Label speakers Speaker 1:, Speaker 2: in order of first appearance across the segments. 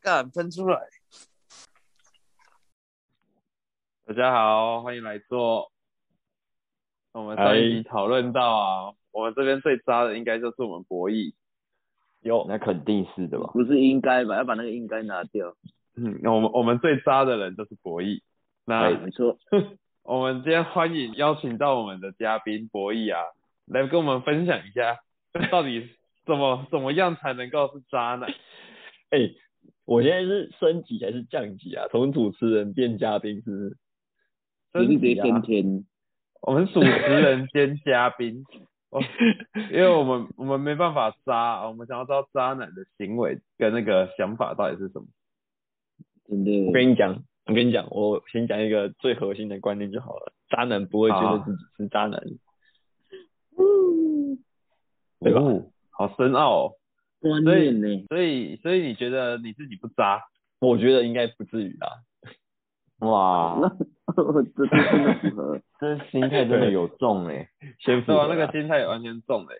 Speaker 1: 干喷出来！
Speaker 2: 大家好，欢迎来做。我们上一集讨论到啊，我们这边最渣的应该就是我们博弈。哦
Speaker 3: 有，那肯定是的吧？
Speaker 1: 不是应该吧？要把那个应该拿掉。
Speaker 2: 嗯，我们我们最渣的人就是博弈。
Speaker 4: 啊
Speaker 2: 那、
Speaker 1: 哎对，没错。
Speaker 2: 我们今天欢迎邀请到我们的嘉宾博弈啊，来跟我们分享一下，到底怎么怎么样才能够是渣男？
Speaker 3: 哎、我现在是升级还是降级啊？从主持人变嘉宾是不是？
Speaker 1: 你是
Speaker 2: 升
Speaker 1: 直接
Speaker 2: 级啊
Speaker 1: 升天，
Speaker 2: 我们主持人兼嘉宾， 哦，因为我们我们没办法渣，啊我们想要知道渣男的行为跟那个想法到底是什么。
Speaker 1: 真的。
Speaker 3: 我跟你讲，我跟你讲，我先讲一个最核心的观念就好了。渣男不会觉得自己是渣男，对吧
Speaker 2: 哦，好深奥、哦，
Speaker 1: 观念呢？
Speaker 2: 所以所以你觉得你自己不渣？
Speaker 3: 我觉得应该不至于啦。
Speaker 1: 那
Speaker 4: 哇，
Speaker 1: 这这真的符合。
Speaker 4: 这心态真的有重哎、
Speaker 3: 先符
Speaker 2: 对啊，
Speaker 3: 合
Speaker 2: 那
Speaker 3: 啦，
Speaker 2: 个心态也完全中嘞、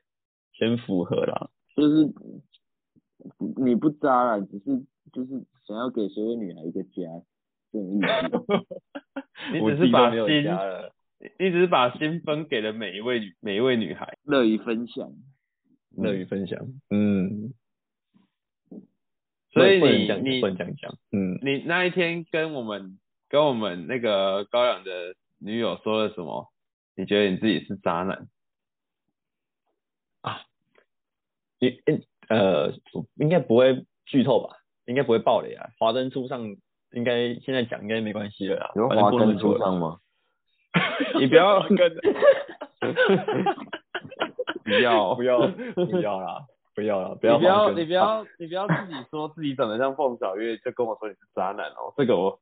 Speaker 3: 先符合啦。
Speaker 1: 就是你不渣啦，只是就是想要给所有女孩一个家，这种意思。
Speaker 2: 欸你
Speaker 3: 我
Speaker 2: 只
Speaker 3: 自
Speaker 2: 是
Speaker 3: 己都
Speaker 2: 把
Speaker 3: 没有
Speaker 2: 心
Speaker 3: 家，了，
Speaker 2: 你只是把心分给了每一位女每一位女孩。
Speaker 1: 乐于分享，
Speaker 3: 乐于分享。嗯，
Speaker 2: 所以
Speaker 3: 不能
Speaker 2: 你
Speaker 3: 讲
Speaker 2: 你
Speaker 3: 不能讲讲，嗯，
Speaker 2: 你那一天跟我们跟我们那个高阳的女友说了什么？你觉得你自己是渣男？
Speaker 3: 你呃，应该不会剧透吧？应该不会爆雷啊。华灯初上，应该现在讲应该没关系了啦。
Speaker 4: 有
Speaker 3: 反正
Speaker 4: 华
Speaker 3: 过那么
Speaker 4: 灯
Speaker 3: 久
Speaker 4: 初
Speaker 3: 了，
Speaker 4: 上吗？
Speaker 2: 你不要
Speaker 3: 跟
Speaker 2: 不要
Speaker 3: 不要不要啦，不要啦，不
Speaker 2: 你
Speaker 3: 要
Speaker 2: 不要
Speaker 3: 黄
Speaker 2: 你
Speaker 3: 灯
Speaker 2: 不要你不要自己说自己长得像凤小岳，就跟我说你是渣男哦，这个我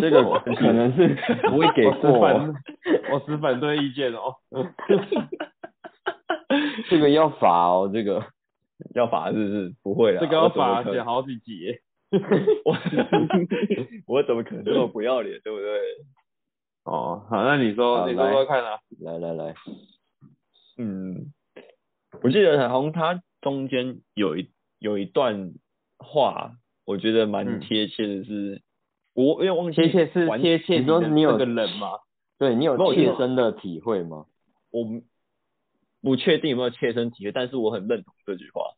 Speaker 2: 这个我
Speaker 4: 可能是 不会给
Speaker 2: 我持
Speaker 4: 过哦，
Speaker 2: 反我持反对意见哦。
Speaker 4: 这个要罚哦，这个
Speaker 3: 要罚是不是？不会啦，
Speaker 2: 这个要
Speaker 3: 啊我怎么
Speaker 2: 罚
Speaker 3: 可
Speaker 2: 写好几集，
Speaker 3: 我我 怎么可能这么不要脸，对不对？
Speaker 2: 哦，好，那你说
Speaker 4: 好
Speaker 2: 你说
Speaker 4: 来
Speaker 2: 说看啊，
Speaker 4: 来来来，
Speaker 3: 嗯，我记得好像他中间有一有一段话，我觉得蛮
Speaker 2: 嗯
Speaker 3: 贴切的是，我因为忘记
Speaker 4: 贴切是
Speaker 3: 完
Speaker 4: 贴切，你说
Speaker 3: 的
Speaker 4: 你有
Speaker 3: 这个人嘛，
Speaker 4: 对你有
Speaker 3: 不好意思
Speaker 4: 切身的体会吗？
Speaker 3: 我不不确定有没有切身体会，但是我很认同这句话，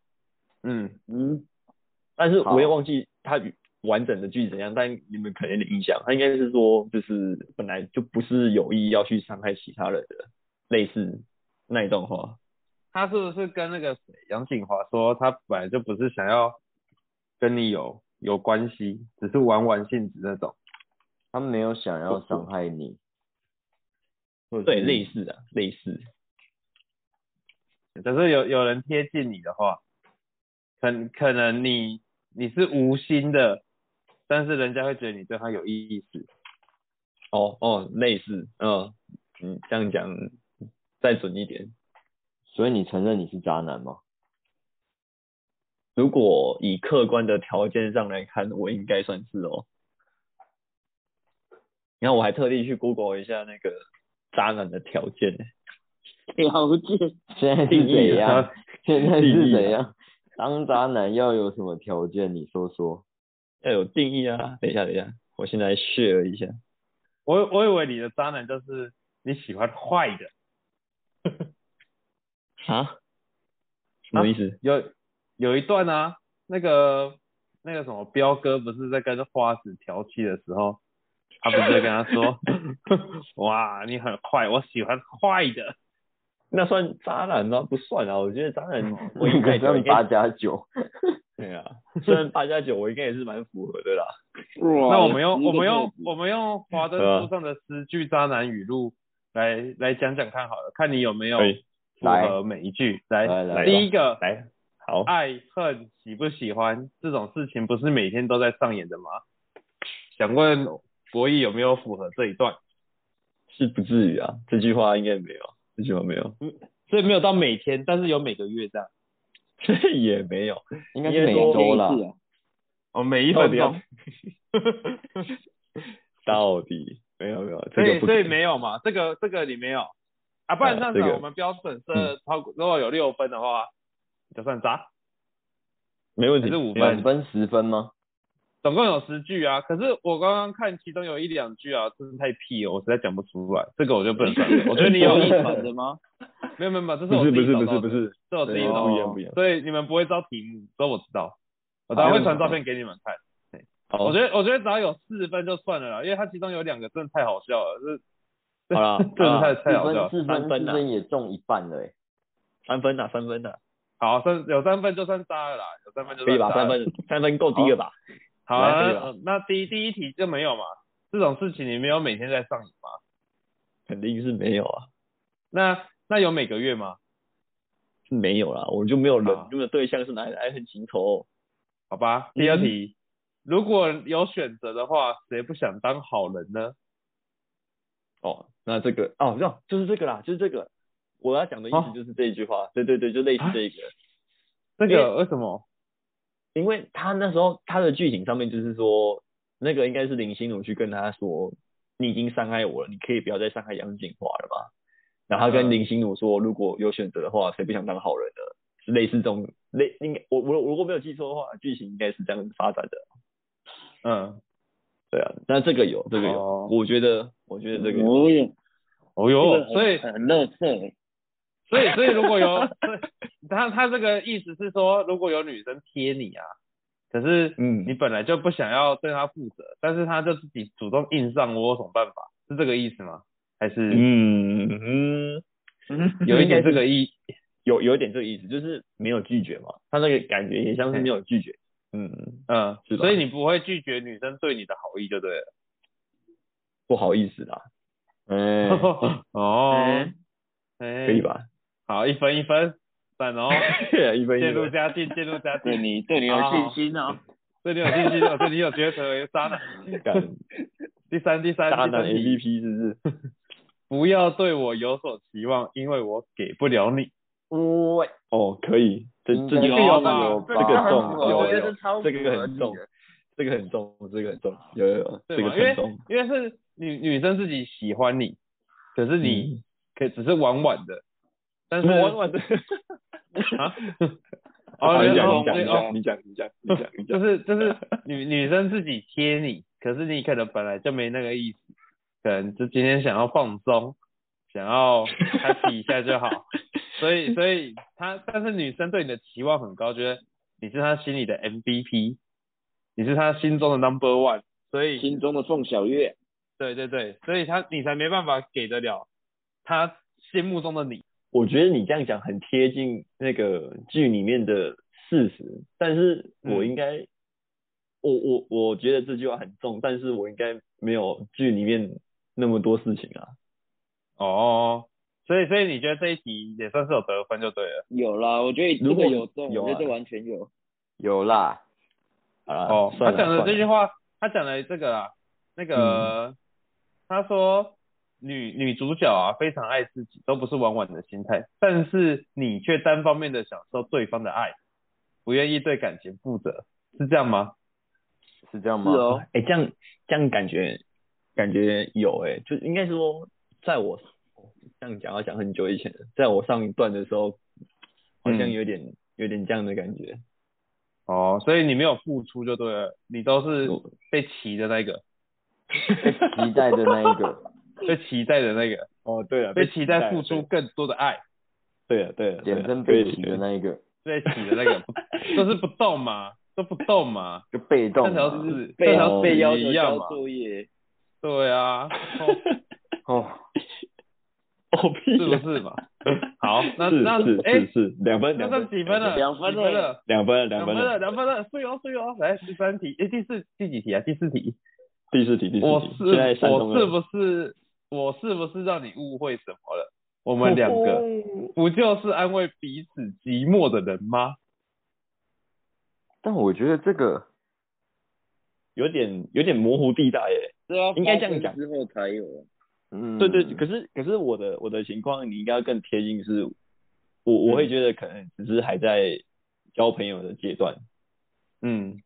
Speaker 2: 嗯，
Speaker 1: 嗯，
Speaker 3: 但是我也
Speaker 4: 好
Speaker 3: 忘记他完整的句子怎样，但你们可能有点印象，他应该是说就是本来就不是有意要去伤害其他人的，类似那一段话。
Speaker 2: 他是不是跟那个谁杨锦华说他本来就不是想要跟你有有关系，只是玩玩性质那种？
Speaker 4: 他没有想要伤害你，或者
Speaker 3: 对，
Speaker 4: 是
Speaker 3: 类似的，类似。
Speaker 2: 可是有有人贴近你的话，可可能你你是无心的，但是人家会觉得你对他有意思。
Speaker 3: 哦哦，类似，嗯嗯，这样讲再准一点。
Speaker 4: 所以你承认你是渣男吗？
Speaker 3: 如果以客观的条件上来看，我应该算是哦。你看，我还特地去 Google 一下那个渣男的条件呢，
Speaker 1: 了解。
Speaker 4: 现在是
Speaker 3: 定义
Speaker 4: 怎
Speaker 3: 啊
Speaker 4: 样？现在
Speaker 3: 定
Speaker 4: 是
Speaker 3: 义啊
Speaker 4: 怎样？当渣男要有什么条件？你说说。
Speaker 3: 要有定义啊。等一下，等一下，我现在 share 一下。
Speaker 2: 我我以为你的渣男就是你喜欢坏的，
Speaker 3: 啊？什么意思？
Speaker 2: 有有一段啊，那个那个什么彪哥不是在跟花子调戏的时候，他不是在跟他说， 哇，你很坏，我喜欢坏的。
Speaker 3: 那算渣男吗？不算啊，我觉得渣男我应
Speaker 4: 应
Speaker 3: 该
Speaker 4: 该
Speaker 3: 应
Speaker 4: 算
Speaker 3: 该
Speaker 4: 八加九，
Speaker 3: 对 啊，虽然八加九，我应该也是蛮符合的啦。
Speaker 2: 那
Speaker 1: 那
Speaker 2: 我们用我们用我们用华灯
Speaker 3: 嗯
Speaker 2: 初上的十句渣男语录来来讲讲看好了，看你有没有
Speaker 3: 可以
Speaker 2: 符合每一句。来，
Speaker 4: 来来
Speaker 2: 第一个，
Speaker 3: 来，好，
Speaker 2: 爱恨喜不喜欢这种事情不是每天都在上演的吗？想问博弈有没有符合这一段？
Speaker 3: 是不至于啊，这句话应该没有，这句话没 有，
Speaker 2: 所以没有到每天，但是有每个月这样。
Speaker 3: 也没有，
Speaker 4: 应该
Speaker 3: 应
Speaker 4: 是
Speaker 3: 该
Speaker 4: 每
Speaker 3: 说
Speaker 4: 周啦。
Speaker 2: 哦，每一
Speaker 3: 到
Speaker 2: 分
Speaker 3: 底
Speaker 2: 钟。
Speaker 3: 到底没有没有，
Speaker 2: 所
Speaker 3: 这
Speaker 2: 以
Speaker 3: 个不可
Speaker 2: 所以没有嘛，这个这个你没有啊，不然
Speaker 3: 哎
Speaker 2: 上
Speaker 3: 这
Speaker 2: 场
Speaker 3: 个嗯
Speaker 2: 我们标准设超过，如果有六分的话，就算渣。
Speaker 3: 没问题，
Speaker 2: 还是五
Speaker 3: 没问
Speaker 4: 满
Speaker 3: 题
Speaker 4: 分十分吗？
Speaker 2: 总共有十句啊，可是我刚刚看其中有一两句啊，真是太屁了，我实在讲不出来，这个我就不能算 了。我觉得你有
Speaker 1: 有
Speaker 2: 意
Speaker 1: 遗
Speaker 2: 思，
Speaker 1: 传的吗？
Speaker 2: 没有没有没有，这是
Speaker 4: 不
Speaker 2: 我
Speaker 4: 是
Speaker 2: 自
Speaker 4: 不
Speaker 2: 己
Speaker 4: 是
Speaker 2: 找
Speaker 4: 不
Speaker 2: 到
Speaker 4: 是不
Speaker 2: 的，
Speaker 4: 是，
Speaker 2: 这是我自己
Speaker 4: 对啊
Speaker 2: 找
Speaker 4: 不一
Speaker 2: 到
Speaker 4: 样
Speaker 2: 的，
Speaker 4: 不一样。
Speaker 2: 所以你们不会知道题目，这我知道，我等下会传照片给你们看。
Speaker 4: 好，
Speaker 2: 我觉得我觉得只要有四分就算了啦，因为它其中有两个真的太好笑了，这
Speaker 4: 好 啦，
Speaker 2: 这
Speaker 4: 好
Speaker 2: 是
Speaker 4: 啦
Speaker 2: 太
Speaker 3: 四
Speaker 2: 太好笑
Speaker 3: 分
Speaker 2: 了。
Speaker 3: 四分
Speaker 4: 三分
Speaker 3: 四
Speaker 4: 啊
Speaker 3: 分也中一半
Speaker 4: 欸
Speaker 3: 了哎、
Speaker 4: 三分啊，三分啊，
Speaker 2: 好，三有三分就算渣了啦，有三分就
Speaker 4: 可以
Speaker 2: 算
Speaker 4: 吧？
Speaker 2: 渣
Speaker 4: 三
Speaker 2: 了。
Speaker 4: 分三分够低了吧？
Speaker 2: 好啊，
Speaker 4: 可以吧
Speaker 2: 那那第一第一题就没有嘛，这种事情你没有每天在上瘾嘛？
Speaker 4: 肯定是没有啊，
Speaker 2: 那那有每个月吗？
Speaker 4: 是没有啦，我就没有人
Speaker 2: 啊，
Speaker 4: 就没有对象是哪里来，很情仇。
Speaker 2: 好吧，
Speaker 4: 嗯
Speaker 2: 第二题，如果有选择的话，谁不想当好人呢？
Speaker 4: 哦，那这个哦，那就是这个啦，就是这个。我要讲的意
Speaker 2: 啊
Speaker 4: 思就是这一句话，对对对，就类似这个。
Speaker 2: 这
Speaker 4: 因为
Speaker 2: 个为什么？
Speaker 4: 因为他那时候他的剧情上面就是说，那个应该是林心如去跟他说，你已经伤害我了，你可以不要再伤害杨景华了吧？然后他跟
Speaker 2: 嗯
Speaker 4: 林心如说，如果有选择的话，谁不想当好人呢？是类似这种类，应该我我我如果没有记错的话，剧情应该是这样发展的。
Speaker 2: 嗯，
Speaker 4: 对啊，那这个有，这个有，
Speaker 2: 哦
Speaker 4: 我觉得我觉得这个有，
Speaker 1: 我也
Speaker 2: 哦
Speaker 1: 这个
Speaker 2: 哟，
Speaker 1: 很
Speaker 2: 所以
Speaker 1: 很乐色，欸
Speaker 2: 所以所以如果 有，所以他他这个意思是说，如果有女生贴你啊，可是
Speaker 4: 嗯
Speaker 2: 你本来就不想要对她负责，但是她就自己主动硬上，我有什么办法？是这个意思吗？还是、
Speaker 4: 嗯嗯，
Speaker 2: 有一点这
Speaker 4: 应该
Speaker 2: 个
Speaker 4: 是
Speaker 2: 意？
Speaker 4: 有有一点这个意思，就是没有拒绝嘛，他那个感觉也像是没有拒绝，嗯，
Speaker 2: 嗯，
Speaker 4: 是吧
Speaker 2: 所以你不会拒绝女生对你的好意就对了。
Speaker 4: 不好意思啦，
Speaker 3: 嗯、
Speaker 2: 哦，
Speaker 4: 嗯可
Speaker 2: 可
Speaker 4: 以？ 吧？
Speaker 2: 好，一分一分，赞 哦，
Speaker 4: 一分
Speaker 2: 渐
Speaker 4: 一
Speaker 2: 入
Speaker 4: 分。
Speaker 2: 佳境，渐入佳
Speaker 1: 对
Speaker 2: 境，
Speaker 1: 你对你有信心哦。
Speaker 2: 对你有信心哦，对你有觉得为渣男。
Speaker 4: 干
Speaker 2: 第三，第三，
Speaker 4: 渣
Speaker 2: 第
Speaker 4: 男
Speaker 2: 三题。
Speaker 4: MVP 是不是？
Speaker 2: 不要对我有所期望，因为我给不了你。
Speaker 3: 喂，
Speaker 4: 哦，可以，这
Speaker 2: 嗯
Speaker 3: 应
Speaker 4: 这
Speaker 3: 该
Speaker 4: 个
Speaker 3: 有
Speaker 4: 有
Speaker 3: 吧
Speaker 4: 有
Speaker 3: 这
Speaker 4: 这
Speaker 3: 个
Speaker 4: 个
Speaker 3: 很
Speaker 4: 重
Speaker 3: 符合
Speaker 4: 有
Speaker 3: 我觉
Speaker 4: 有
Speaker 1: 得超
Speaker 4: 这个
Speaker 1: 符合
Speaker 4: 很重
Speaker 1: 你
Speaker 4: 嗯
Speaker 1: 的，
Speaker 4: 这个很重，这个很重，有有有，这
Speaker 2: 对
Speaker 4: 个
Speaker 2: 吗？因为
Speaker 4: 很重。
Speaker 2: 因为是女女生自己喜欢你，可是你可以只是玩玩的，但是哦
Speaker 4: 我 玩玩的，
Speaker 2: 啊，
Speaker 4: 好
Speaker 2: 哦，
Speaker 4: 你
Speaker 2: 然后
Speaker 4: 讲你
Speaker 2: 对哦
Speaker 4: 讲你讲你讲你讲你讲你
Speaker 2: 就
Speaker 4: 讲，
Speaker 2: 是就是女女生自己贴你，可是你可能本来就没那个意思，可能就今天想要放松，想要 happy 一下就好，所以所以她但是女生对你的期望很高，觉得你是她心里的 MVP，你是她心中的 number one，所以
Speaker 1: 心中的凤小月，
Speaker 2: 对对对，所以他你才没办法给得了他心目中的你。
Speaker 4: 我觉得你这样讲很贴近那个剧里面的事实，但是我
Speaker 2: 嗯
Speaker 4: 应该，我我我觉得这句话很重，但是我应该没有剧里面那么多事情啊。
Speaker 2: 哦，所以所以你觉得这一题也算是有得分就对了。
Speaker 1: 有啦，我觉得这
Speaker 4: 如果
Speaker 1: 个有中，
Speaker 4: 有啊
Speaker 1: 我觉得这完全有。
Speaker 3: 有啦，
Speaker 4: 好
Speaker 3: 啊
Speaker 4: 啦
Speaker 2: 哦，他
Speaker 4: 算了
Speaker 2: 讲的
Speaker 4: 算
Speaker 2: 这
Speaker 4: 了
Speaker 2: 句话，他讲的这个啦，那个、他说女女主角啊非常爱自己，都不是玩玩的心态，但是你却单方面的享受对方的爱，不愿意对感情负责，是这样吗？
Speaker 3: 是这样
Speaker 1: 是
Speaker 3: 吗？
Speaker 1: 哦，
Speaker 4: 哎、这样这样感觉感觉有哎、就应该说，在我这样讲要讲很久以前了，在我上一段的时候，好像
Speaker 2: 嗯
Speaker 4: 有点、有点这样的感觉。
Speaker 2: 哦，所以你没有付出就对了，你都是
Speaker 4: 我
Speaker 2: 被骑的那个，
Speaker 3: 期待的那一个，
Speaker 2: 被期待的那个。
Speaker 4: 哦，对了，
Speaker 2: 被期待付出
Speaker 4: 了，
Speaker 2: 更多的爱，
Speaker 4: 对了对了，对
Speaker 3: 简
Speaker 4: 了
Speaker 3: 称
Speaker 4: 可以
Speaker 3: 被洗
Speaker 4: 可
Speaker 3: 的
Speaker 4: 以
Speaker 3: 那一个，
Speaker 2: 被起的那个，不就是不动嘛，都不动嘛，
Speaker 3: 就被
Speaker 2: 像
Speaker 3: 动
Speaker 2: 条
Speaker 3: 嘛。
Speaker 2: 纸，
Speaker 1: 被
Speaker 2: 像条
Speaker 4: 哦
Speaker 2: 纸
Speaker 1: 被要
Speaker 2: 一
Speaker 1: 求
Speaker 2: 样
Speaker 1: 交
Speaker 2: 嘛，
Speaker 1: 作业，
Speaker 2: 对啊，哦
Speaker 3: 哦，
Speaker 4: 哦屁
Speaker 2: 是
Speaker 4: 啊，
Speaker 2: 不是嘛？好，那
Speaker 4: 是
Speaker 2: 那
Speaker 4: 是
Speaker 2: 哎
Speaker 4: 是，是两分
Speaker 2: 那
Speaker 4: 两
Speaker 2: 这
Speaker 4: 分
Speaker 2: 几分了？
Speaker 1: 两分
Speaker 2: 几分了，
Speaker 4: 两分了
Speaker 2: 两
Speaker 4: 两
Speaker 2: 分
Speaker 4: 分
Speaker 2: 了，
Speaker 4: 了
Speaker 2: 两分了，睡哦睡哦，来第三题，哎第四第几题啊？第四题，
Speaker 4: 第四题第四
Speaker 2: 我
Speaker 4: 题
Speaker 2: 是，
Speaker 4: 现在三中
Speaker 2: 我是
Speaker 4: 二
Speaker 2: 不是我是不是让你误会什么了？我们两个不就是安慰彼此寂寞的人吗？
Speaker 3: 但我觉得这个
Speaker 4: 有点有点模糊地带哎、
Speaker 1: 这要
Speaker 4: 应该这样讲
Speaker 1: 啊发生之后才有啊。
Speaker 3: 嗯，
Speaker 4: 对对，可是可是我的我的情况，你应该要更贴近是，我我会觉得可能只是还在交朋友的阶段，
Speaker 2: 嗯，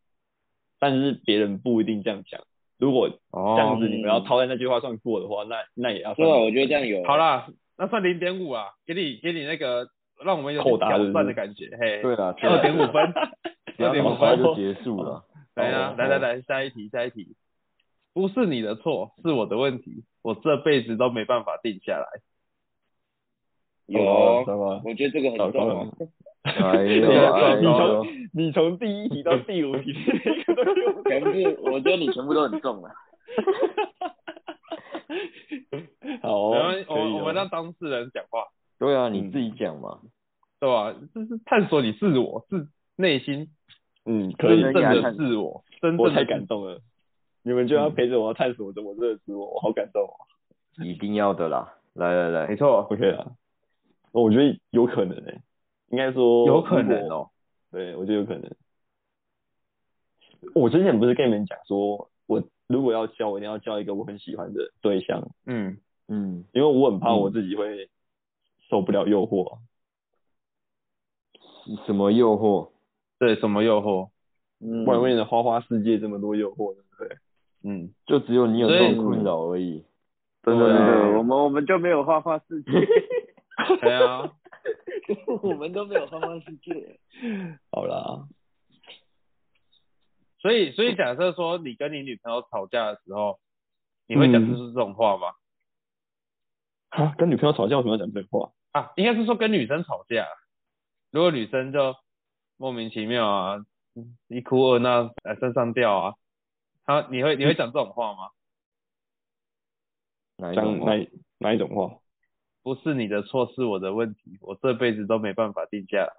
Speaker 4: 但是别人不一定这样讲。如果
Speaker 2: 哦
Speaker 4: 这样子你们要套在那句话上过的话，那那也要
Speaker 1: 对啊，我
Speaker 4: 算
Speaker 1: 觉得这样有。
Speaker 2: 好，啦，那算零点五啊，给你给你那个让我们有
Speaker 4: 扣
Speaker 2: 点
Speaker 4: 打
Speaker 2: 挑
Speaker 4: 是不是
Speaker 2: 战的感觉，嘿，
Speaker 3: 对啦，啊
Speaker 2: 二点五分，二
Speaker 3: 不要
Speaker 2: 点
Speaker 3: 那
Speaker 2: 五
Speaker 3: 么快
Speaker 2: 分，
Speaker 3: 就结束了。
Speaker 2: 来啊，来来来，下一题，下一题，不是你的错，是我的问题，我这辈子都没办法定下来。
Speaker 1: 有，哦
Speaker 4: 糟糕，
Speaker 1: 我觉得这个很
Speaker 4: 哦糟
Speaker 1: 重
Speaker 4: 糕
Speaker 1: 啊。，
Speaker 3: 哎
Speaker 4: 你
Speaker 3: 呦哎呦
Speaker 4: 从，你从第一题到第五 题，每个都有
Speaker 1: 全部，我觉得你全部都很重 了。
Speaker 4: 好哦，
Speaker 2: 然后
Speaker 4: 可以
Speaker 2: 我我
Speaker 4: 哦
Speaker 2: 们让当事人讲话，
Speaker 3: 对啊，你自己讲嘛，
Speaker 2: 对吧？就是探索你自我，自内心
Speaker 4: 嗯，可以
Speaker 2: 真正，
Speaker 3: 给他
Speaker 2: 的
Speaker 3: 看
Speaker 2: 自啊我，真
Speaker 4: 我
Speaker 2: 正
Speaker 4: 太
Speaker 2: 的
Speaker 4: 感动了，你们就要陪着我探索着我这个自我，我好感动哦。
Speaker 3: 一定要的啦。来来来，
Speaker 2: 错，
Speaker 4: OK 啊，哦我觉得有可能诶、应该说
Speaker 2: 有可能
Speaker 4: 如果
Speaker 2: 哦。
Speaker 4: 对，我觉得有可能。我之前不是跟你们讲说，我如果要交，我一定要交一个我很喜欢的对象，
Speaker 2: 嗯，
Speaker 3: 嗯，
Speaker 4: 因为我很怕我自己会受不了诱惑。
Speaker 3: 什么诱惑？
Speaker 2: 对，什么诱惑？
Speaker 1: 嗯
Speaker 4: 外面的花花世界这么多诱惑，对不对？
Speaker 2: 嗯，
Speaker 3: 就只有你有
Speaker 2: 所
Speaker 3: 这
Speaker 2: 以
Speaker 3: 种困扰而已。
Speaker 1: 真的
Speaker 2: 对啊
Speaker 1: 真的，我们我们就没有花花世 界，
Speaker 2: 对啊，
Speaker 1: 我们都没有花花世界。
Speaker 4: 好啦，
Speaker 2: 所以所以假设说你跟你女朋友吵架的时候，你会讲出这种话吗？
Speaker 4: 啊，跟女朋友吵架为什么要讲这个话？
Speaker 2: 啊，应该是说跟女生吵架，如果女生就莫名其妙啊，一哭二闹呃身上吊啊，她你会你会讲这种话吗？
Speaker 3: 哪一
Speaker 4: 讲
Speaker 3: 种啊
Speaker 2: 啊
Speaker 3: 话？
Speaker 4: 哪一哪一种话？
Speaker 2: 不是你的错，是我的问题，我这辈子都没办法定价来。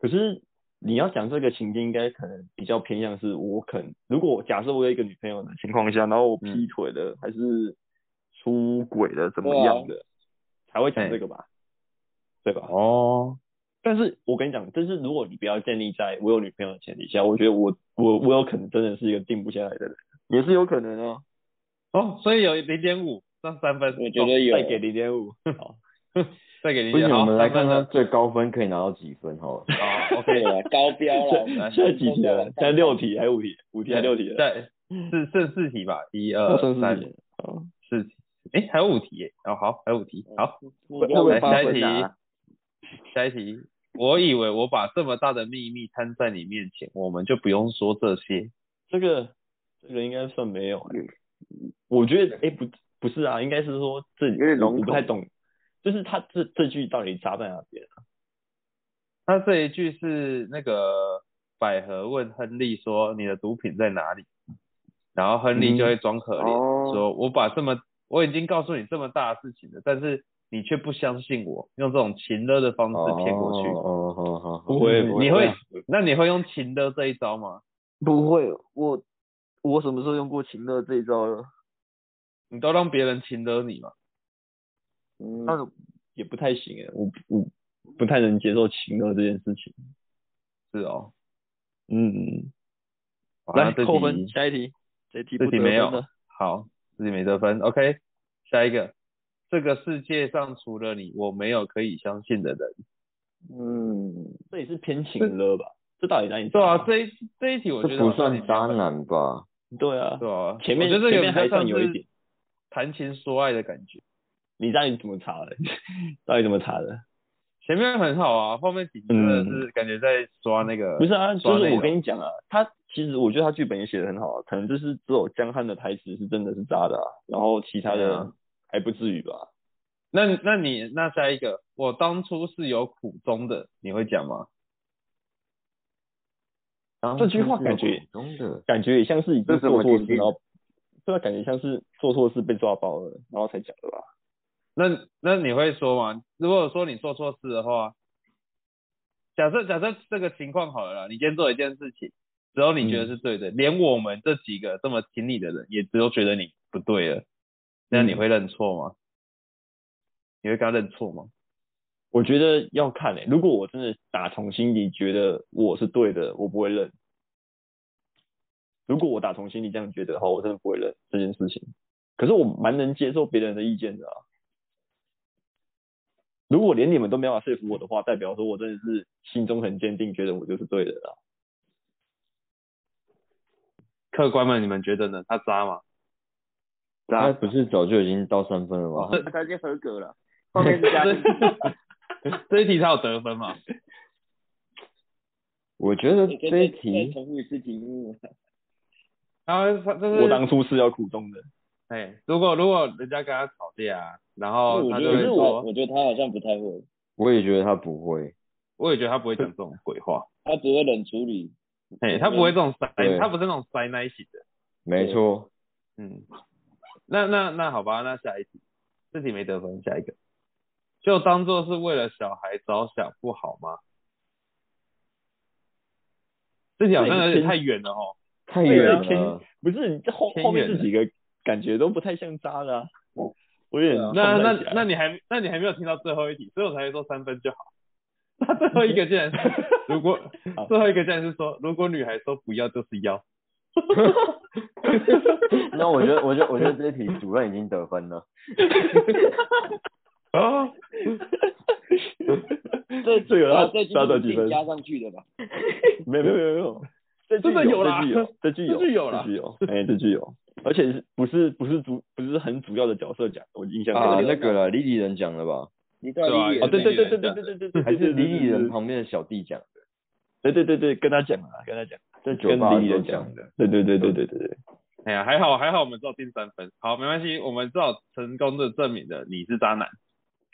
Speaker 4: 可是你要讲这个情境，应该可能比较偏向是我肯，如果假设我有一个女朋友的情况下，然后我劈腿的、还是出轨的怎么样的，才会讲这个吧，对吧？
Speaker 2: 哦，
Speaker 4: 但是我跟你讲，就是如果你不要建立在我有女朋友的前提下，我觉得我我我有可能真的是一个定不下来的人，也是有可能哦。
Speaker 2: 哦，所以有零点五，那三分，哦
Speaker 1: 我觉得有
Speaker 4: 再给零点五，好，
Speaker 2: 再给你
Speaker 3: 不行，我
Speaker 2: 好，
Speaker 3: 们来
Speaker 2: 三分
Speaker 3: 看看
Speaker 2: 了，
Speaker 3: 最高分可以拿到几分好了。
Speaker 2: 好
Speaker 1: 对
Speaker 2: ，OK，
Speaker 1: 啊，高标了。
Speaker 4: 现在现在几题了？现在六题还是五题？五题还是六题了？
Speaker 2: 再是剩四题吧，一
Speaker 4: 要
Speaker 2: 二
Speaker 4: 剩四
Speaker 2: 三
Speaker 4: 题。好
Speaker 2: 四题，哎，还有五题耶，哦好，还有五题，好，
Speaker 1: 目
Speaker 2: 会
Speaker 1: 标
Speaker 2: 不会
Speaker 1: 来
Speaker 2: 发
Speaker 1: 下一
Speaker 2: 挥
Speaker 1: 题
Speaker 2: 啊下一题，我以为我把这么大的秘密摊在你面前，我们就不用说这些。
Speaker 4: 这个这个应该算没有、欸，我觉得哎、诶不不是啊，应该是说这
Speaker 1: 有点笼
Speaker 4: 我
Speaker 1: 统
Speaker 4: 不太懂，就是他这这句到底扎在哪边、啊？
Speaker 2: 他这一句是那个百合问亨利说你的毒品在哪里，然后亨利就会装可怜、
Speaker 1: 哦，
Speaker 2: 说，我把这么我已经告诉你这么大的事情了，但是你却不相信我，用这种情勒的方式骗过去。
Speaker 3: 哦哦哦哦，
Speaker 4: 不会
Speaker 2: 你嗯会啊那你会用情勒这一招吗？
Speaker 3: 不会，我我什么时候用过情乐这一招了？
Speaker 2: 你都让别人情勒你嘛？
Speaker 1: 嗯
Speaker 3: 那
Speaker 4: 也不太行哎、我我不太能接受情勒这件事情。
Speaker 2: 是哦，
Speaker 4: 嗯，
Speaker 2: 好
Speaker 4: 来
Speaker 2: 那这
Speaker 4: 扣
Speaker 2: 题
Speaker 4: 分，下一题，这一题
Speaker 2: 这
Speaker 4: 不
Speaker 2: 题
Speaker 4: 得
Speaker 2: 没有
Speaker 4: 分了。
Speaker 2: 好，自己没得分。OK，下一个，这个世界上除了你，我没有可以相信的人。
Speaker 1: 嗯，
Speaker 4: 这也是偏情勒吧？这到底哪里扎？
Speaker 2: 对啊，这一这一题我
Speaker 3: 这
Speaker 2: 觉得
Speaker 3: 不
Speaker 2: 好像你
Speaker 3: 算
Speaker 2: 没
Speaker 3: 渣
Speaker 2: 有分，
Speaker 3: 男吧？
Speaker 4: 对啊，
Speaker 2: 对啊，
Speaker 4: 前面
Speaker 2: 我觉得这
Speaker 4: 前
Speaker 2: 个
Speaker 4: 面
Speaker 2: 比较
Speaker 4: 还算
Speaker 2: 像
Speaker 4: 有一
Speaker 2: 是
Speaker 4: 点
Speaker 2: 谈情说爱的感觉。
Speaker 4: 你到底怎么查的？ 到底怎么查的？
Speaker 2: 前面很好啊，后面几集真的是感觉在抓那个，
Speaker 4: 嗯不是啊，
Speaker 2: 呃抓
Speaker 4: 就是
Speaker 2: 内
Speaker 4: 我跟
Speaker 2: 容
Speaker 4: 你讲啊，他其实我觉得他剧本也写的很好啊，可能就是只有江汉的台词是真的是渣的、啊，然后其他
Speaker 2: 对
Speaker 4: 的
Speaker 2: 啊
Speaker 4: 还不至于吧？
Speaker 2: 那那你那下一个，我当初是有苦衷的，你会讲吗？
Speaker 4: 这句话感觉
Speaker 3: 中的，
Speaker 4: 感觉也像是已
Speaker 1: 这是
Speaker 4: 经
Speaker 1: 我
Speaker 4: 做错
Speaker 1: 听
Speaker 4: 事，
Speaker 1: 听
Speaker 4: 然后对啊，感觉像是做错事被抓包了，然后才讲的吧？
Speaker 2: 那那你会说吗？如果说你做错事的话，假设假设这个情况好了啦，你今天做一件事情，只有你觉
Speaker 1: 嗯
Speaker 2: 得是对的，连我们这几个这么挺你的人，也只有觉得你不对了，那
Speaker 1: 嗯
Speaker 2: 你会认错吗？你会跟他认错吗？
Speaker 4: 我觉得要看欸诶、如果我真的打从心底觉得我是对的，我不会认。如果我打从心里这样觉得的话，我真的不会认这件事情。可是我蛮能接受别人的意见的啊。如果连你们都没办法说服我的话，代表说我真的是心中很坚定，觉得我就是对的啦。
Speaker 2: 客官们，你们觉得呢？他渣吗？
Speaker 5: 啊
Speaker 3: 他不是早就已经到三分了吗？
Speaker 4: 哦
Speaker 1: 他哦他已经合格了，后面是加进去。
Speaker 2: 这一题他有得分吗？
Speaker 3: 我觉得
Speaker 1: 你跟
Speaker 3: 这一
Speaker 1: 再
Speaker 3: 题
Speaker 1: 再重复一次题目，
Speaker 2: 然后他就是
Speaker 4: 我当初是要苦中的，
Speaker 2: 哎，如果如果人家跟他吵架，啊然后
Speaker 1: 我
Speaker 2: 他
Speaker 1: 觉
Speaker 2: 哦就会啊
Speaker 1: 得是我，
Speaker 2: 说，
Speaker 1: 我觉得他好像不太会，
Speaker 3: 我也觉得他不会。
Speaker 2: 我也觉得他不会讲这种鬼话，
Speaker 1: 他只会冷处理。
Speaker 2: 哎，他不会这种塞，
Speaker 3: 对
Speaker 2: 他不是那种塞奶型的，
Speaker 3: 没错，
Speaker 2: 嗯，那那那好吧，那下一题，这题没得分，下一个，就当做是为了小孩着想，不好吗？这题好像有点太远了哦，
Speaker 3: 太
Speaker 4: 对啊
Speaker 3: 远了。
Speaker 4: 不是你这后
Speaker 2: 偏远嗯
Speaker 4: 后面这几个感觉都不太像渣的啊，我有点
Speaker 2: 啊那那那
Speaker 4: 你
Speaker 2: 你还那你还没有听到最后一题，所以我才会说三分就好。那最后一个竟然是如果
Speaker 4: 好
Speaker 2: 最后一个竟然是说，如果女孩说不要就是要，
Speaker 3: 那我觉得，我觉得，我觉得这一题主任已经得分了。
Speaker 2: 啊，
Speaker 1: 这
Speaker 4: 这个要
Speaker 1: 啊这句
Speaker 4: 抓到
Speaker 1: 是
Speaker 4: 几分
Speaker 1: 加上去的吧？
Speaker 4: 没有没有没有没有，这句
Speaker 2: 真的有
Speaker 4: 有
Speaker 2: 啦
Speaker 4: 这句有
Speaker 2: 这句有啦
Speaker 4: 这句有，哎这句有，而且是不是不是主不是很主要的角色讲，我印象
Speaker 3: 啊，
Speaker 4: 中
Speaker 3: 那个了，李李人讲了吧？
Speaker 1: 你到底
Speaker 2: 对啊
Speaker 4: 哦，
Speaker 1: 也
Speaker 4: 对对对对
Speaker 2: 这
Speaker 4: 对
Speaker 2: 样
Speaker 4: 对对对对，
Speaker 3: 还是李李人
Speaker 4: 人，
Speaker 3: 旁边的小弟讲的？
Speaker 4: 对对对对，跟他讲啊，跟他讲，
Speaker 3: 这酒
Speaker 4: 跟
Speaker 3: 吧
Speaker 4: 李李
Speaker 3: 都
Speaker 4: 人
Speaker 3: 讲
Speaker 4: 讲。的，对对对对对对对，
Speaker 2: 哎呀，还好还好，我们只有定三分，好，没关系，我们至少成功的证明了你是渣男，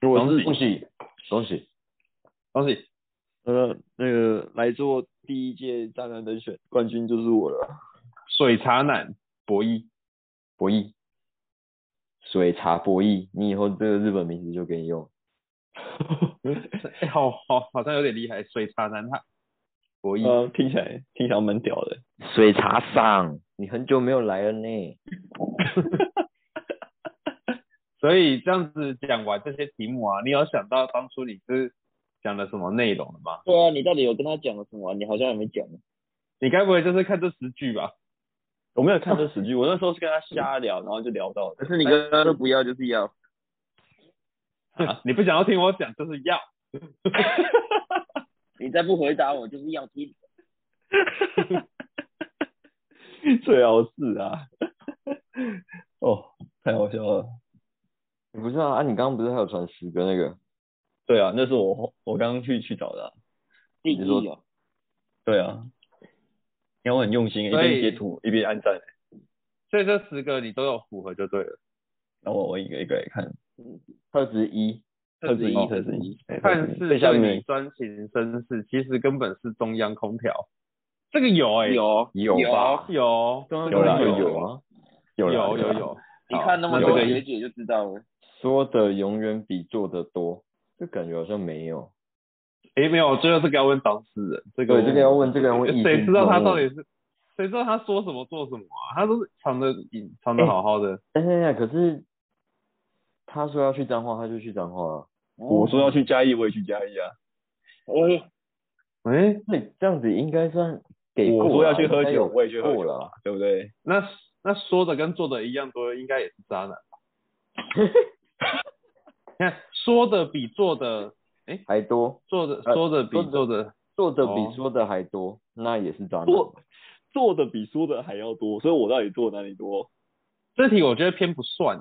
Speaker 4: 我
Speaker 2: 是
Speaker 3: 恭喜恭喜！
Speaker 2: 恭喜，
Speaker 4: 呃那个来做第一届渣男人选冠军就是我了，
Speaker 2: 水茶男博弈。
Speaker 3: 博弈，水茶博弈，你以后这个日本名字就给你用。
Speaker 2: 哎、好好好像有点厉害，水茶男孩，博弈，
Speaker 4: 呃听起来听起来蛮屌的，
Speaker 3: 水茶上，你很久没有来了呢。
Speaker 2: 所以这样子讲完这些题目啊，你有想到当初你是讲的什么内容了吗？
Speaker 1: 对啊，你到底有跟他讲了什么啊？你好像还没讲。
Speaker 2: 你该不会就是看这十句吧？
Speaker 4: 我没有看这十句，我那时候是跟他瞎聊，然后就聊到的，
Speaker 1: 可是你刚刚说不要就是要，
Speaker 2: 你不想要听我讲，就是要。
Speaker 1: 你再不回答我就是要听。
Speaker 4: 最好是啊，哦，太好笑了。
Speaker 3: 不是啊，啊，你刚刚不是还有传十个那个？
Speaker 4: 对啊，那是我后我刚刚去去找的啊、
Speaker 1: 第一哦，
Speaker 4: 对啊，你看我很用心，一
Speaker 2: 所以
Speaker 4: 边截图一边按赞，
Speaker 2: 所以这十个你都有符合就对了。
Speaker 4: 然后我我一个一个来看，
Speaker 3: 二十一，
Speaker 4: 特
Speaker 2: 这
Speaker 4: 质
Speaker 2: 十
Speaker 4: 一，
Speaker 2: 一嗯
Speaker 4: 特质一，哎
Speaker 2: 看
Speaker 4: 特质一
Speaker 2: 似
Speaker 4: 最下
Speaker 2: 对你
Speaker 4: 面
Speaker 2: 专情绅士，其实根本是中央空调。这个有哎、
Speaker 1: 有
Speaker 3: 有吧？
Speaker 2: 有中央
Speaker 4: 有
Speaker 2: 空
Speaker 4: 啦
Speaker 2: 调
Speaker 3: 有
Speaker 2: 有
Speaker 3: 有啊。
Speaker 4: 有啦
Speaker 2: 有有
Speaker 4: 啦
Speaker 2: 有，啊
Speaker 1: 你看那么
Speaker 2: 好
Speaker 1: 多
Speaker 2: 这个
Speaker 1: 学姐就知道了。
Speaker 3: 说的永远比做的多，这感觉好像没有。
Speaker 2: 哎、没有，最后这个要问当事人，这个
Speaker 3: 对，这个要问，这个要问。
Speaker 2: 谁知道他到底？是？谁知道他说什么做什么啊？他都是藏的隐藏的好好的，
Speaker 3: 哎呀呀，可是他说要去彰化，他就去彰化啊。
Speaker 4: 我说要去嘉义，我也去嘉义啊。
Speaker 1: 我
Speaker 2: 哎、
Speaker 3: 那这样子应该算给过
Speaker 4: 我
Speaker 3: 了啊。
Speaker 4: 说要去喝
Speaker 3: 应该
Speaker 4: 酒，
Speaker 3: 有
Speaker 4: 我也去喝
Speaker 3: 过
Speaker 4: 酒
Speaker 3: 了
Speaker 4: 啊
Speaker 3: 啊。，
Speaker 4: 对不对？
Speaker 2: 那那说的跟做的一样多，应该也是渣男吧？ 你看说的比做的
Speaker 3: 还多，
Speaker 2: 做的
Speaker 3: 呃
Speaker 2: 说的比
Speaker 3: 说的
Speaker 2: 做的，
Speaker 3: 做的
Speaker 2: 哦
Speaker 3: 比说的还多，那也是渣男。
Speaker 4: 做做的比说的还要多，所以我到底做哪里多？
Speaker 2: 这题我觉得偏不算，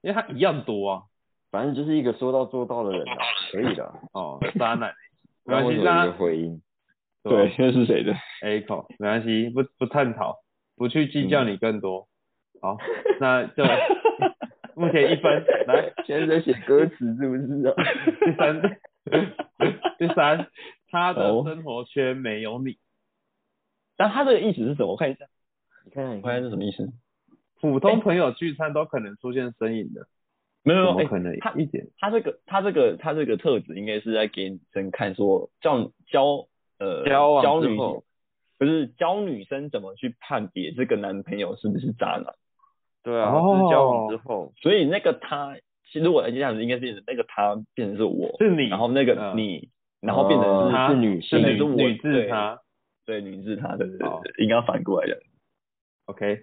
Speaker 2: 因为他一样多啊。
Speaker 3: 反正就是一个说到做到的人啊，可以的。
Speaker 2: 哦，渣 男，没
Speaker 3: 那
Speaker 2: 关
Speaker 3: 我有
Speaker 2: 系，
Speaker 3: 一
Speaker 2: 让
Speaker 3: 个
Speaker 2: 他
Speaker 3: 回应。
Speaker 2: 啊
Speaker 4: 对，那是谁的？
Speaker 2: echo，没关系，不不探讨，不去计较你更多。
Speaker 4: 嗯
Speaker 2: 好，那 就目前一分，来
Speaker 3: 现在在写歌 词是不是啊？
Speaker 2: 第三，第三，他的生活圈没有你，
Speaker 4: 但他这个意思是什么？我看一下，
Speaker 3: 你看看，你
Speaker 4: 我看
Speaker 3: 看，
Speaker 4: 一下是什么意思？
Speaker 2: 普通朋友聚餐都可能出现身影的，
Speaker 4: 没有
Speaker 2: 怎
Speaker 4: 没有，
Speaker 2: 么
Speaker 4: 哎，
Speaker 2: 可能
Speaker 4: 他
Speaker 2: 一点？
Speaker 4: 他这个他这个他这个特质应该是在给女生看说教教呃
Speaker 2: 交往
Speaker 4: 教
Speaker 2: 之
Speaker 4: 女
Speaker 2: 后
Speaker 4: 不是教女生怎么去判别这个男朋友是不是渣男，
Speaker 3: 对啊，
Speaker 2: 哦
Speaker 3: 就是交往之后，
Speaker 4: 所以那个他其实如果这样子应该是那个他变成是我，
Speaker 2: 是你，
Speaker 4: 然后那个
Speaker 2: 嗯哦
Speaker 4: 你，然后变成是
Speaker 2: 他
Speaker 3: 呃是女
Speaker 2: 是
Speaker 3: 性，
Speaker 2: 女
Speaker 4: 是我
Speaker 2: 女字
Speaker 4: 对
Speaker 2: 他
Speaker 4: 对女是他，对对
Speaker 2: 好
Speaker 4: 对，应该反过来的。
Speaker 2: ，OK，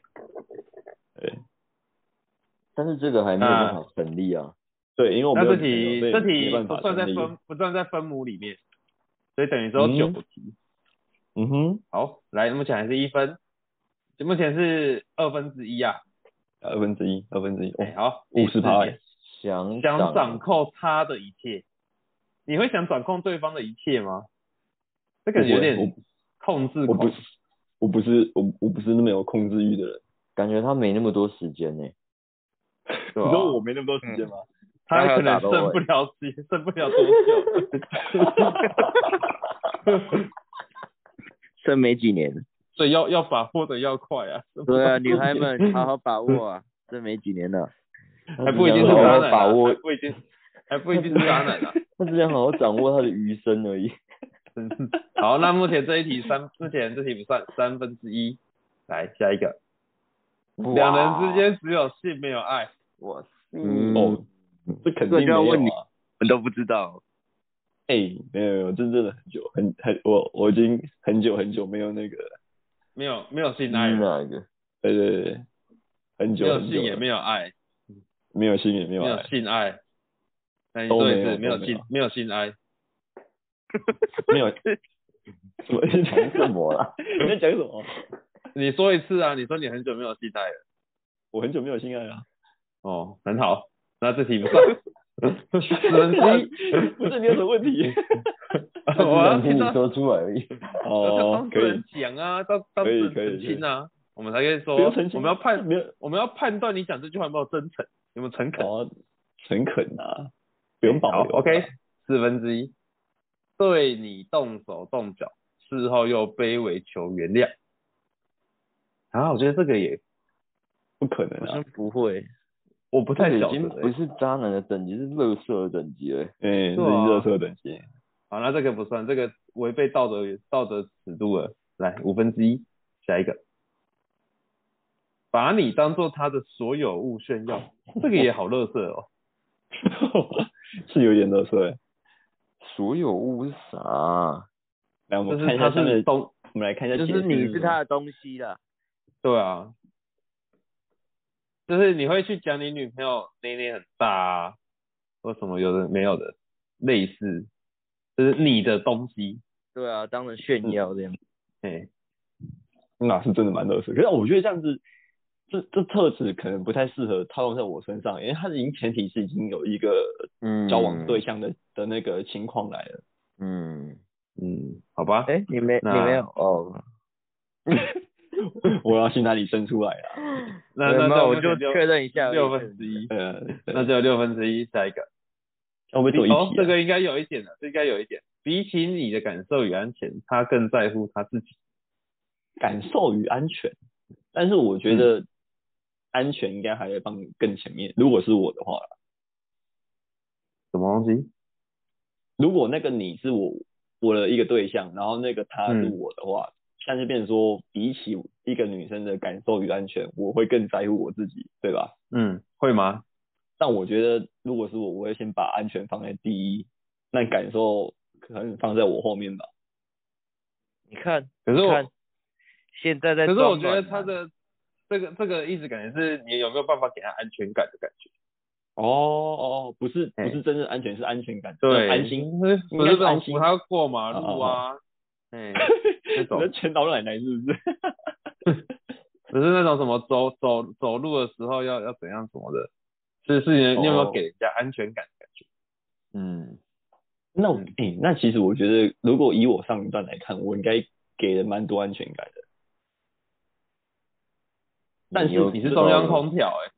Speaker 3: 但是这个还没有办法成立啊。
Speaker 4: 对，因为我
Speaker 2: 那
Speaker 4: 们
Speaker 2: 这题这题不算在分
Speaker 4: 分，
Speaker 2: 不算在分母里面，所以等于说
Speaker 4: 嗯
Speaker 2: 九题。
Speaker 4: 嗯哼，
Speaker 2: 好，来，目前还是一分，就目前是二分之一啊。
Speaker 4: 二分之一，二分之一，哦
Speaker 2: 哎，好，
Speaker 4: 五十趴，
Speaker 2: 第四题
Speaker 3: 想
Speaker 2: 想
Speaker 3: 掌
Speaker 2: 掌控他的一切，你会想掌控对方的一切吗？这感觉有
Speaker 4: 我
Speaker 2: 点控制
Speaker 4: 我不
Speaker 2: 狂。
Speaker 4: 我不是我我不是那么有控制欲的人，
Speaker 3: 感觉他没那么多时间呢、
Speaker 2: 对啊
Speaker 4: 你
Speaker 2: 吧
Speaker 4: 知道我没那么多时间吗？
Speaker 2: 他可
Speaker 3: 他还要打
Speaker 2: 能
Speaker 3: 到
Speaker 2: 剩
Speaker 3: 位
Speaker 2: 不了几，剩不了多久，
Speaker 5: 剩没几年。
Speaker 2: 所以要要把握的要快啊，
Speaker 5: 对啊，女孩们好好把握啊，剩没几年了。
Speaker 2: 还不一定是
Speaker 3: 好
Speaker 2: 渣
Speaker 3: 好
Speaker 2: 男啊，
Speaker 3: 把握
Speaker 2: 还，不一定，还不一定是渣 男啊。
Speaker 3: 他只想好好掌握他的余生而已。
Speaker 4: 嗯
Speaker 2: 真是 好，那目前这一题三，目前这题不算三分之一，来下一个，两人之间只有性没有爱，
Speaker 1: 我
Speaker 5: 嗯，
Speaker 4: 哦，这肯
Speaker 5: 这个
Speaker 4: 定没
Speaker 5: 就要问
Speaker 4: 有
Speaker 5: 你
Speaker 4: 啊。
Speaker 5: 我都不知道。
Speaker 4: 哎、没有没有，真正的很久很很我我已经很久很久没有那个，
Speaker 2: 没有没有性爱
Speaker 3: 嗯
Speaker 2: 了，
Speaker 3: 哪一个？
Speaker 4: 对对对，很
Speaker 2: 没
Speaker 4: 久
Speaker 2: 有
Speaker 4: 很久
Speaker 2: 性也
Speaker 4: 了
Speaker 2: 没有爱，
Speaker 4: 没有信也没有
Speaker 2: 没有
Speaker 4: 爱，
Speaker 2: 性爱。那你
Speaker 4: 都
Speaker 2: 说一
Speaker 4: 没
Speaker 2: 次，没有
Speaker 4: 有都没
Speaker 2: 性
Speaker 4: 有，
Speaker 2: 没有性爱，
Speaker 4: 没有什么你在讲什么
Speaker 3: 啊
Speaker 4: 啦？ 你在讲什么？
Speaker 2: 你说一次啊，你说你很久没有性爱了，
Speaker 4: 我很久没有性爱了、啊。
Speaker 2: 哦，很好，那这题不 算，四分之一，
Speaker 4: 不是你有什么问 题？
Speaker 2: 我要
Speaker 3: 他只想听
Speaker 2: 听
Speaker 3: 你
Speaker 2: 到，
Speaker 3: 说出来而已。
Speaker 2: 要
Speaker 4: 哦
Speaker 2: 当，事
Speaker 4: 可以
Speaker 2: 人，讲啊，当当
Speaker 4: 可以
Speaker 2: 事人
Speaker 4: 可以
Speaker 2: 澄清啊，我们才可以说，
Speaker 4: 不用澄清
Speaker 2: 我们要判
Speaker 4: 没有
Speaker 2: 我们要判断你讲这句话有没有真诚，有没有诚恳。
Speaker 4: 哦，诚恳啊，不用保
Speaker 2: 哎好
Speaker 4: 留啊。
Speaker 2: ，OK，四分之一，对你动手动脚，事后又卑微求原谅。啊，我觉得这个也
Speaker 4: 不可能
Speaker 5: 我
Speaker 4: 啊
Speaker 5: 说。不会，
Speaker 2: 我不太
Speaker 3: 这
Speaker 2: 晓
Speaker 3: 已
Speaker 2: 得
Speaker 3: 经
Speaker 2: 欸、
Speaker 3: 不是渣男的等级，是乐色的等级了欸。
Speaker 4: 哎、这
Speaker 2: 对啊
Speaker 4: 是热色等级。
Speaker 2: 好，那这个不算，这个违背道德道德尺度了。来，五分之一，下一个，把你当做他的所有物炫耀，这个也好乐色哦。
Speaker 4: 是有点热色欸。
Speaker 3: 所有物是啥啊？
Speaker 4: 来，我
Speaker 2: 就
Speaker 4: 们看
Speaker 2: 是
Speaker 4: 一下
Speaker 2: 他
Speaker 4: 下
Speaker 2: 是
Speaker 4: 面，
Speaker 2: 东，
Speaker 4: 我们来看一下
Speaker 5: 就
Speaker 4: 解释
Speaker 5: 是
Speaker 4: 什么。
Speaker 5: 你是他的东西啦。
Speaker 2: 对啊，就是你会去讲你女朋友捏捏很大啊，或什么有的没有的，类似，就是你的东西，
Speaker 5: 对啊，当成炫耀这样。
Speaker 2: 哎、
Speaker 4: 那是真的蛮乐色。可是我觉得这样子，这这特质可能不太适合套用在我身上，因为它已经前提是已经有一个
Speaker 3: 嗯
Speaker 4: 交往对。象的、的那个情况来了。
Speaker 3: 嗯，
Speaker 2: 嗯，好 吧，
Speaker 5: 哎，你没你
Speaker 2: 那
Speaker 5: 没有哦？
Speaker 4: 我要去哪里生出来啊？
Speaker 2: 那
Speaker 5: 对
Speaker 2: 那
Speaker 5: 没
Speaker 2: 那
Speaker 5: 有，我就
Speaker 2: 六
Speaker 5: 确认一下而已。
Speaker 2: 六分之一，
Speaker 4: 呃，
Speaker 2: 那就六分之一，下一个。
Speaker 4: 那我们走一题、啊
Speaker 5: 啊
Speaker 2: 哦，这个应该有一点的，这应该有一点。比起你的感受与安全，他更在乎他自己。
Speaker 4: 感受与安全，但是我
Speaker 2: 嗯
Speaker 4: 觉得安全应该还会放更前面。如果是我的话，
Speaker 2: 什么东西？
Speaker 4: 如果那个你是我我的一个对象，然后那个他是
Speaker 2: 嗯
Speaker 4: 我的话，那就变成说，比起一个女生的感受与安全，我会更在乎我自己，对吧？
Speaker 2: 嗯，会吗？
Speaker 4: 但我觉得如果是我，我会先把安全放在第一，那感受可能放在我后面吧。
Speaker 5: 你看，
Speaker 2: 可是
Speaker 5: 你
Speaker 2: 我
Speaker 5: 看现在在
Speaker 2: 可是我
Speaker 5: 装
Speaker 2: 觉得
Speaker 5: 软
Speaker 2: 他
Speaker 5: 啊，
Speaker 2: 的这个这个意思感觉是你有没有办法给他安全感的感觉？
Speaker 4: 哦哦，不是不
Speaker 2: 哎
Speaker 4: 是真正安全，是安全感，
Speaker 2: 对，
Speaker 4: 安心。
Speaker 2: 嗯 不是
Speaker 4: 应该是
Speaker 2: 这种
Speaker 4: 安心
Speaker 2: 扶他过马路啊， 哎，这
Speaker 4: 你在
Speaker 2: 种
Speaker 4: 全导奶奶是不是？
Speaker 2: 不是那种什么走走走路的时候要要怎样什么的，是是你你有没有
Speaker 4: 哦
Speaker 2: 给人家安全感的感觉？
Speaker 3: 嗯，
Speaker 4: 那我
Speaker 2: 嗯
Speaker 4: 诶、那其实我觉得，如果以我上一段来看，我应该给了蛮多安全感的。但是
Speaker 3: 又
Speaker 2: 你
Speaker 4: 你
Speaker 2: 是
Speaker 4: 是
Speaker 2: 中
Speaker 4: 中
Speaker 2: 央
Speaker 4: 央
Speaker 2: 空调哎，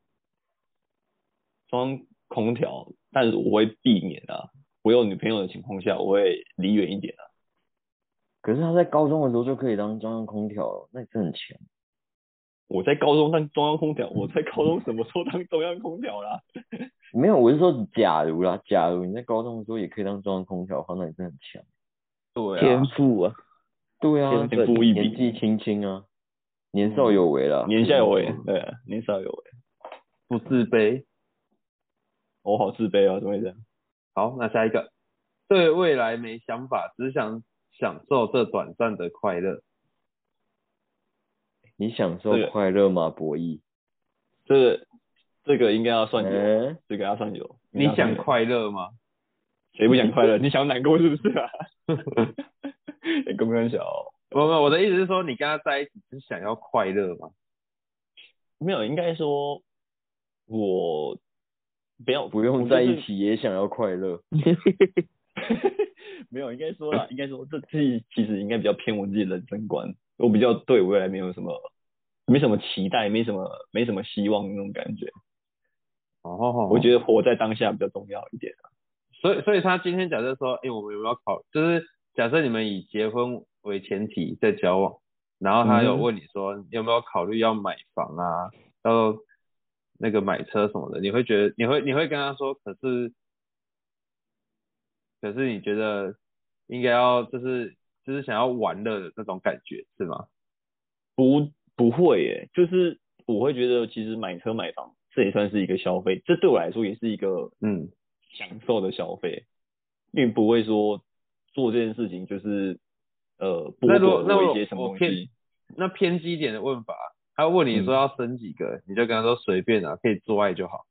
Speaker 4: 装空调，但是我会避免啊。我有女朋友的情况下，我会离远一点啊。
Speaker 3: 可是他在高中的时候就可以当中央空调了，那你真的很强。
Speaker 4: 我在高中当中央空调，我在高中什么时候当中央空调啦？
Speaker 3: 没有，我是说假如啦，假如你在高中的时候也可以当中央空调的话，那你真的很强。
Speaker 2: 对啊
Speaker 5: 天，赋啊，
Speaker 3: 对啊，
Speaker 5: 天
Speaker 4: 天赋异
Speaker 3: 年
Speaker 4: 禀，
Speaker 3: 纪轻轻啊，年
Speaker 2: 嗯
Speaker 3: 少有为啦。
Speaker 4: 年下有为，对、啊，年少有为。
Speaker 2: 不自卑。
Speaker 4: 我好自卑哦，怎么会这样？
Speaker 2: 好，那下一个，对未来没想法，只想享受这短暂的快乐。
Speaker 3: 你享受
Speaker 4: 这个
Speaker 3: 快乐吗，博弈？
Speaker 4: 这个这个应该要算有，
Speaker 3: 嗯，
Speaker 4: 这个要算有。
Speaker 2: 你想
Speaker 4: 呃快？
Speaker 2: 快乐吗？
Speaker 4: 谁不想快 乐？你想难过是不是啊？ 欸公关小哦
Speaker 2: 不不，我的意思是说，你跟他在一起是想要快乐吗？
Speaker 4: 没有，应该说我没 有
Speaker 3: 不用在一。起也想要快乐。
Speaker 4: 没有，应该说啦，应该说这这其实应该比较偏我自己的人生观，我比较对未来没有什么没什么期待，没什么没什么希望那种感觉。
Speaker 2: 哦，
Speaker 4: 我觉得活在当下比较重要一点。
Speaker 2: 所以，所以他今天假设说，哎、我们有没有考？就是假设你们以结婚为前提在交往，然后
Speaker 4: 嗯
Speaker 2: 他有问你说，你有没有考虑要买房啊，然后那个买车什么的，你会觉得，你会你会跟他说，可是，可是你觉得应该要就是就是想要玩乐的那种感觉是吗？
Speaker 4: 不不会耶，就是我会觉得其实买车买房这也算是一个消费，这对我来说也是一个
Speaker 2: 嗯，
Speaker 4: 享受的消费，并不会说做这件事情就是呃
Speaker 2: 那如
Speaker 4: 剥夺
Speaker 2: 果那
Speaker 4: 我
Speaker 2: 我
Speaker 4: 一些什么
Speaker 2: 我
Speaker 4: 东
Speaker 2: 骗
Speaker 4: 西。嗯
Speaker 2: 那偏激一点的问法，啊他问你说要生几个，你就跟他说随便啊，可以做爱就好。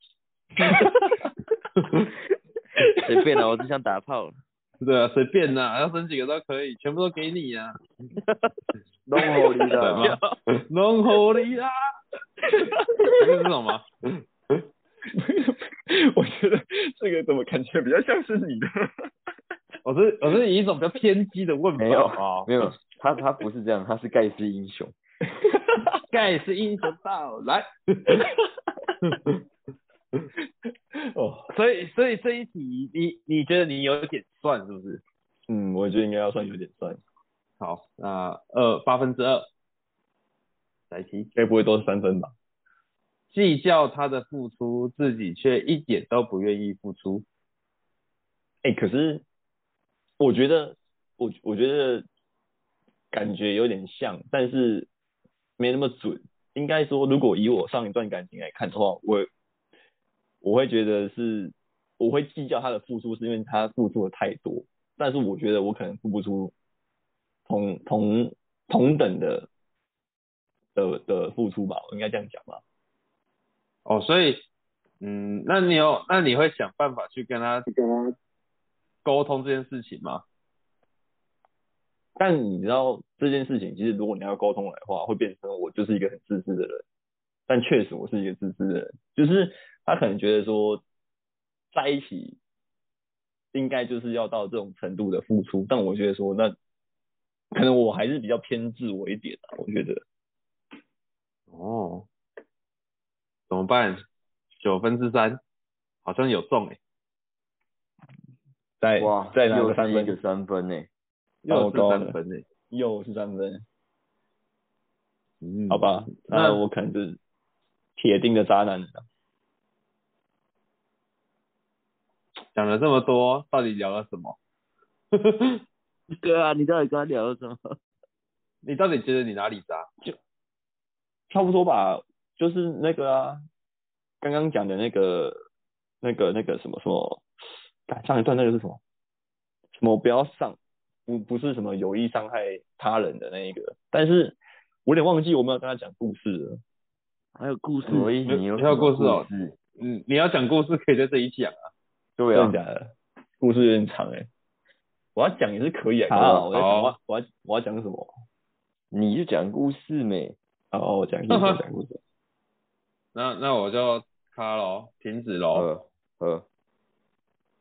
Speaker 5: 随便了，我只想打炮了。
Speaker 2: 对啊，随便呐、 要生几个都可以，全部都给你 啊，
Speaker 1: 弄好你
Speaker 2: 对
Speaker 1: 的，
Speaker 2: 吗？弄好你啦，是这种吗？
Speaker 4: 我觉得这个怎么感觉比较像是你的？
Speaker 2: 我是我是以一种比较偏激的问法
Speaker 3: 没有
Speaker 2: 啊，
Speaker 3: 没有，他他不是这样，他是盖世英雄。
Speaker 2: 盖是英雄到来，
Speaker 4: 哦，
Speaker 2: 所以所以这一题你你觉得你有点算是不是？
Speaker 4: 嗯，我觉得应该要算有点算，
Speaker 2: 好，那二八分之二，来题。
Speaker 4: 该不会都是三分吧？
Speaker 2: 计较他的付出，自己却一点都不愿意付出。
Speaker 4: 哎、可是我觉得，我我觉得感觉有点像，但是没那么准。应该说，如果以我上一段感情来看的话，我我会觉得是，我会计较他的付出，是因为他付出的太多。但是我觉得我可能付不出同同同等的的的付出吧，我应该这样讲吧。
Speaker 2: 哦，所以，嗯，那你有，那你会想办法去跟他沟通这件事情吗？
Speaker 4: 但你知道这件事情，其实如果你要沟通的话，会变成我就是一个很自私的人。但确实我是一个自私的人，就是他可能觉得说在一起应该就是要到这种程度的付出，但我觉得说那可能我还是比较偏自我一点啊，我觉得。
Speaker 2: 哦，怎么办？九分之三，好像有中哎、
Speaker 4: 在
Speaker 3: 哇，
Speaker 4: 在哪
Speaker 3: 又
Speaker 4: 哎个三
Speaker 3: 是一个
Speaker 4: 分？
Speaker 3: 三分呢、
Speaker 2: 又
Speaker 4: 糟
Speaker 2: 是
Speaker 4: 糕
Speaker 2: 三
Speaker 4: 了
Speaker 2: 分哎、欸。
Speaker 4: 又是三分，
Speaker 2: 嗯
Speaker 4: 好，吧，
Speaker 2: 那
Speaker 4: 那我可能就是铁定的渣男了。
Speaker 2: 讲了这么多，到底聊了什么？
Speaker 5: 哥啊，你到底跟他聊了什么？
Speaker 2: 你到底觉得你哪里渣？
Speaker 4: 差不多吧，就是那个啊，刚刚讲的那个、那个、那个什么什么，干上一段那个是什么？什么不要上，不不是什么有意伤害他人的那一个，但是我有点忘记我没有跟他讲故事了。
Speaker 5: 还有故事，
Speaker 3: 所以你有
Speaker 2: 还有
Speaker 3: 什么
Speaker 2: 故
Speaker 3: 故
Speaker 2: 事哦嗯，你要讲故事可以在这里讲啊。
Speaker 3: 对啊
Speaker 4: 真的，假的？故事有点长哎、我要讲也是可以啊，
Speaker 3: 好
Speaker 4: 可是我在想
Speaker 2: 好
Speaker 4: 我要我要我要讲什么？
Speaker 3: 你就讲故事没？
Speaker 4: 哦，我讲故事，我讲故事。
Speaker 2: 那那我就卡喽，停止喽。
Speaker 3: 呃呃，